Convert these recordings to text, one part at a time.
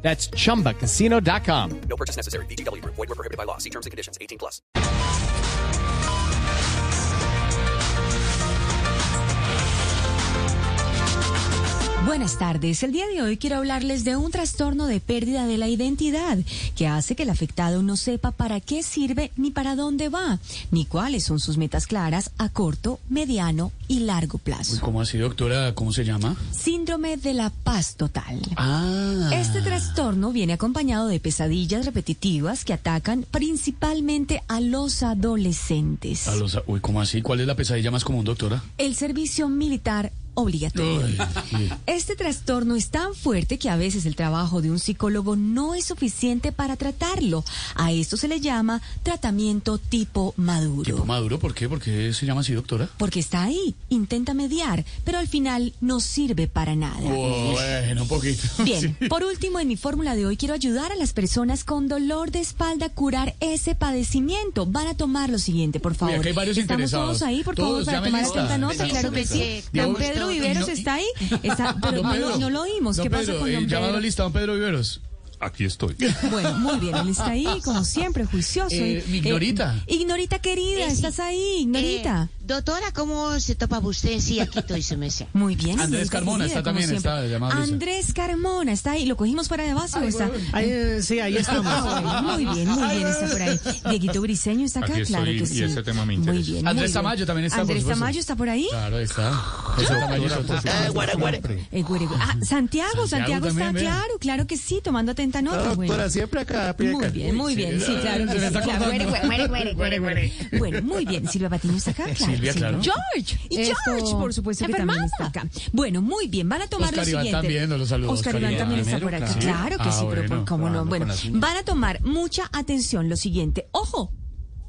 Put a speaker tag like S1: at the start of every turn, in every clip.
S1: That's chumbacasino.com.
S2: No purchase necessary. BGW. Void were prohibited by law. See terms and conditions. 18 plus.
S3: Buenas tardes. El día de hoy quiero hablarles de un trastorno de pérdida de la identidad que hace que el afectado no sepa para qué sirve ni para dónde va, ni cuáles son sus metas claras a corto, mediano y largo
S4: Uy,
S3: plazo.
S4: ¿Cómo así, doctora? ¿Cómo se llama?
S3: Síndrome de la paz total.
S4: Ah.
S3: Este trastorno viene acompañado de pesadillas repetitivas que atacan principalmente a los adolescentes.
S4: A los- uy, ¿cómo así? ¿Cuál es la pesadilla más común, doctora?
S3: El servicio militar obligatorio.
S4: Uy, sí.
S3: Este trastorno es tan fuerte que a veces el trabajo de un psicólogo no es suficiente para tratarlo. A esto se le llama tratamiento tipo maduro.
S4: ¿Tipo maduro? ¿Por qué? ¿Por qué se llama así, doctora?
S3: porque está ahí, intenta mediar, pero al final no sirve para nada.
S4: Bueno, un poquito.
S3: Bien,
S4: Sí.
S3: por último, en mi fórmula de hoy quiero ayudar a las personas con dolor de espalda a curar ese padecimiento. Van a tomar lo siguiente, por favor.
S4: Uy, aquí hay varios
S3: Estamos
S4: interesados.
S3: todos ahí, por
S4: Todos,
S3: favor, para
S4: llamen
S3: tomar
S4: esta.
S3: atenta nota,
S4: Llamen
S3: claro que
S4: esta.
S3: sí.
S4: Don
S3: Don Pedro Viveros
S4: no, y-
S3: está ahí, Está- pero no, no, lo oímos.
S4: Don
S3: ¿Qué pasa
S4: Pedro,
S3: con
S4: eh,
S3: don
S4: llamado a
S3: Pedro?
S4: lista, don Pedro Viveros.
S5: Aquí estoy.
S3: Bueno, muy bien, él está ahí, como siempre, juicioso.
S4: Eh,
S3: y-
S4: mi Ignorita.
S3: eh, ignorita querida,
S6: Eh, sí.
S3: estás ahí, Ignorita.
S6: Eh, doctora, ¿cómo se topa usted? Sí, aquí estoy, su merced.
S3: Muy bien.
S4: Andrés
S3: Ignorita
S4: Carmona
S3: querida,
S4: está
S3: como
S4: también,
S3: siempre.
S4: está llamado Luisa.
S3: Andrés Carmona está ahí, lo cogimos para de base o está.
S7: Ahí, eh, sí, ahí estamos.
S3: Ah, bueno, Muy bien, muy bien, está por ahí. Dieguito Briseño está acá,
S5: Aquí estoy,
S3: claro que
S5: y
S3: sí.
S5: ese tema
S3: Muy
S5: me interesa.
S3: bien. muy
S4: Andrés
S3: bien.
S4: Tamayo también está, por
S3: Andrés
S4: supuesto.
S3: Tamayo está por ahí.
S4: Claro, ahí está. José Tamayo es otro.
S3: Eh, güere, güere. Ah, Santiago, Santiago, está,
S4: también, vea.
S3: claro, claro que sí, tomando atenta nota. bueno.
S7: siempre acá,
S3: Muy bien, muy bien, sí, claro. que
S4: Se
S3: sí,
S4: le está
S3: claro.
S4: cortando.
S3: Güere, güere, güere, güere, güere. Bueno, muy bien. Silvia Patiño está acá, claro. que
S4: Silvia,
S3: sí.
S4: claro.
S3: George. Y
S8: Esto,
S3: George, por supuesto, que también está acá. Bueno, muy bien. Van a tomar
S4: Oscar
S3: lo
S4: Iván
S3: siguiente.
S4: también, nos lo saluda,
S3: Oscar,
S4: Oscar
S3: Iván
S4: Iván
S3: también está por
S4: primero,
S3: aquí.
S4: claro.
S3: Claro, que
S4: Ah,
S3: sí, pero
S4: bueno,
S3: por- cómo no.
S4: trabajando
S3: Bueno,
S4: con las uñas.
S3: van a tomar mucha atención. Lo siguiente. Ojo,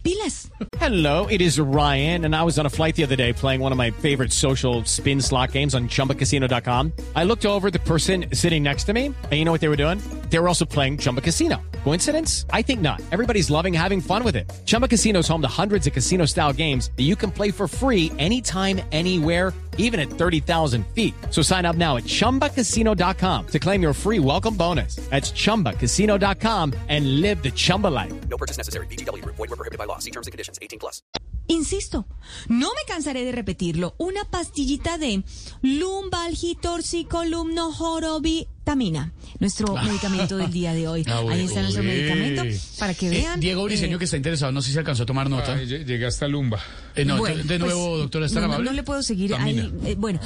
S3: pilas.
S1: Hello, it is Ryan, and I was on a flight the other day playing one of my favorite social spin slot games on chumbacasino.com. I looked over at the person sitting next to me, and you know what they were doing? They were also playing Chumba Casino. Coincidence? I think not. Everybody's loving having fun with it. Chumba Casino is home to hundreds of casino style games that you can play for free anytime, anywhere, even at 30,000 feet. So sign up now at chumbacasino.com to claim your free welcome bonus. That's chumbacasino.com and live the Chumba life.
S2: No purchase necessary. BGW. Void were prohibited by law. See terms and conditions. 18 plus.
S3: Insisto, no me cansaré de repetirlo. Una pastillita de lumbalgitorxicolumno jorobitamina. Nuestro medicamento del día de hoy.
S4: Ah,
S3: Ahí
S4: bueno,
S3: está nuestro
S4: uy.
S3: medicamento para que
S4: Eh,
S3: vean.
S4: Diego Briseño,
S3: eh,
S4: que está interesado, no sé si alcanzó a tomar nota.
S5: Ay, lle- llegué hasta Lumba.
S4: Eh, no,
S3: bueno,
S4: de, de
S3: pues,
S4: nuevo, doctora, ¿está
S3: no, no,
S4: amable?
S3: No, le puedo seguir ahí.
S4: Tamina.
S3: eh, bueno,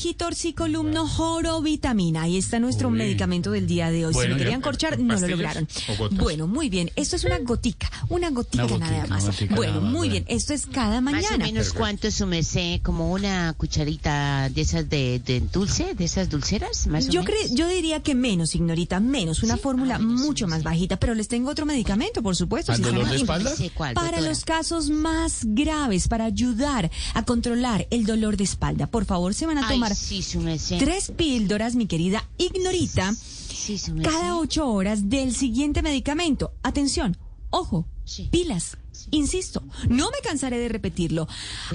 S3: lumbalgitorxicolumno jorobitamina. Ahí está nuestro
S4: Uy.
S3: medicamento del día de hoy. si
S4: Bueno,
S3: me
S4: ya,
S3: querían
S4: eh,
S3: corchar, no lo
S5: ¿pastillas
S3: lograron.
S5: o gotas?
S3: Bueno, muy bien. Esto es una gotica. Una gotica,
S4: Una
S3: nada
S4: gotica,
S3: más.
S4: una gotica
S3: bueno,
S4: nada más,
S3: muy bien.
S4: bueno.
S3: Esto es cada mañana.
S6: Más o menos cuánto su merced, como una cucharita de esas de, de dulce, de esas dulceras, más
S3: Yo,
S6: o menos.
S3: cre- yo diría que menos, ignorita, menos. Una fórmula
S6: Ah, bueno, sí,
S3: mucho
S6: sí.
S3: más bajita, pero les tengo otro medicamento, por supuesto.
S4: ¿Al
S3: si
S4: dolor
S3: están
S4: de
S3: ahí.
S4: espalda?
S6: Sí, ¿cuál,
S3: Para
S6: doctora?
S3: los casos más graves, para ayudar a controlar el dolor de espalda, por favor, se van a
S6: Ay,
S3: tomar
S6: sí, su merced.
S3: tres píldoras, mi querida ignorita,
S6: Sí, su merced.
S3: cada ocho horas del siguiente medicamento. Atención, ojo,
S6: Sí.
S3: pilas. Insisto, no me cansaré de repetirlo.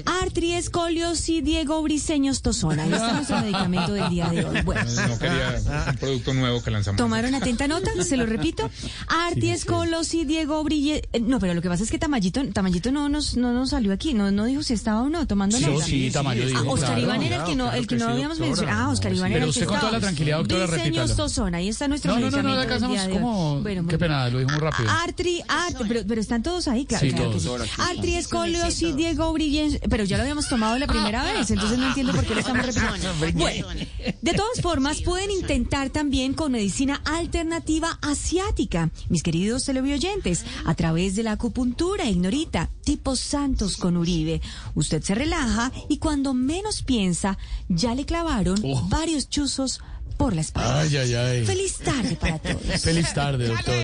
S3: Artries, colios y Diego Briseños Tozona. Este es nuestro medicamento del día de hoy. Bueno.
S5: No quería un producto nuevo que lanzamos.
S3: Tomaron atenta nota, se lo repito. Arties, Colos y Diego Brille. eh, No, pero lo que pasa es que Tamayito, Tamayito no nos, no nos salió aquí, no, no dijo si estaba o no tomando
S4: Sí,
S3: nota.
S4: sí, Tamayo
S3: Ah,
S4: dijo,
S3: Oscar
S4: claro.
S3: Iván era el que no, el que no habíamos mencionado. Ah, Oscar Iván
S4: sí.
S3: era
S4: Pero
S3: el que
S4: usted con toda
S3: estaba.
S4: la tranquilidad, doctora,
S3: Briseños
S4: repítalo.
S3: Tozona, ahí está nuestro
S4: No, no, no, no, la
S3: medicamento del
S4: alcanzamos
S3: día de hoy.
S4: como...
S3: Bueno, muy
S4: Qué
S3: bien.
S4: pena, lo dijo muy rápido.
S3: Artri, Artri, pero, pero están todos ahí, claro.
S4: Sí,
S3: claro que
S4: todos.
S3: Artri, Escolios y Diego Brillens, pero ya lo habíamos tomado la
S4: Ah,
S3: primera vez, entonces no entiendo por qué lo estamos repitiendo.
S6: Persona,
S3: Bueno,
S6: persona.
S3: de todas formas,
S6: Sí,
S3: pueden
S6: persona.
S3: intentar también con medicina alternativa asiática, mis queridos televidentes, a través de la acupuntura, e ignorita, tipo Santos con Uribe. Usted se relaja y cuando menos piensa, ya le clavaron
S4: Oh.
S3: varios chuzos por la espalda.
S4: Ay, ay, ay.
S3: Feliz tarde para todos.
S4: Feliz tarde, doctor.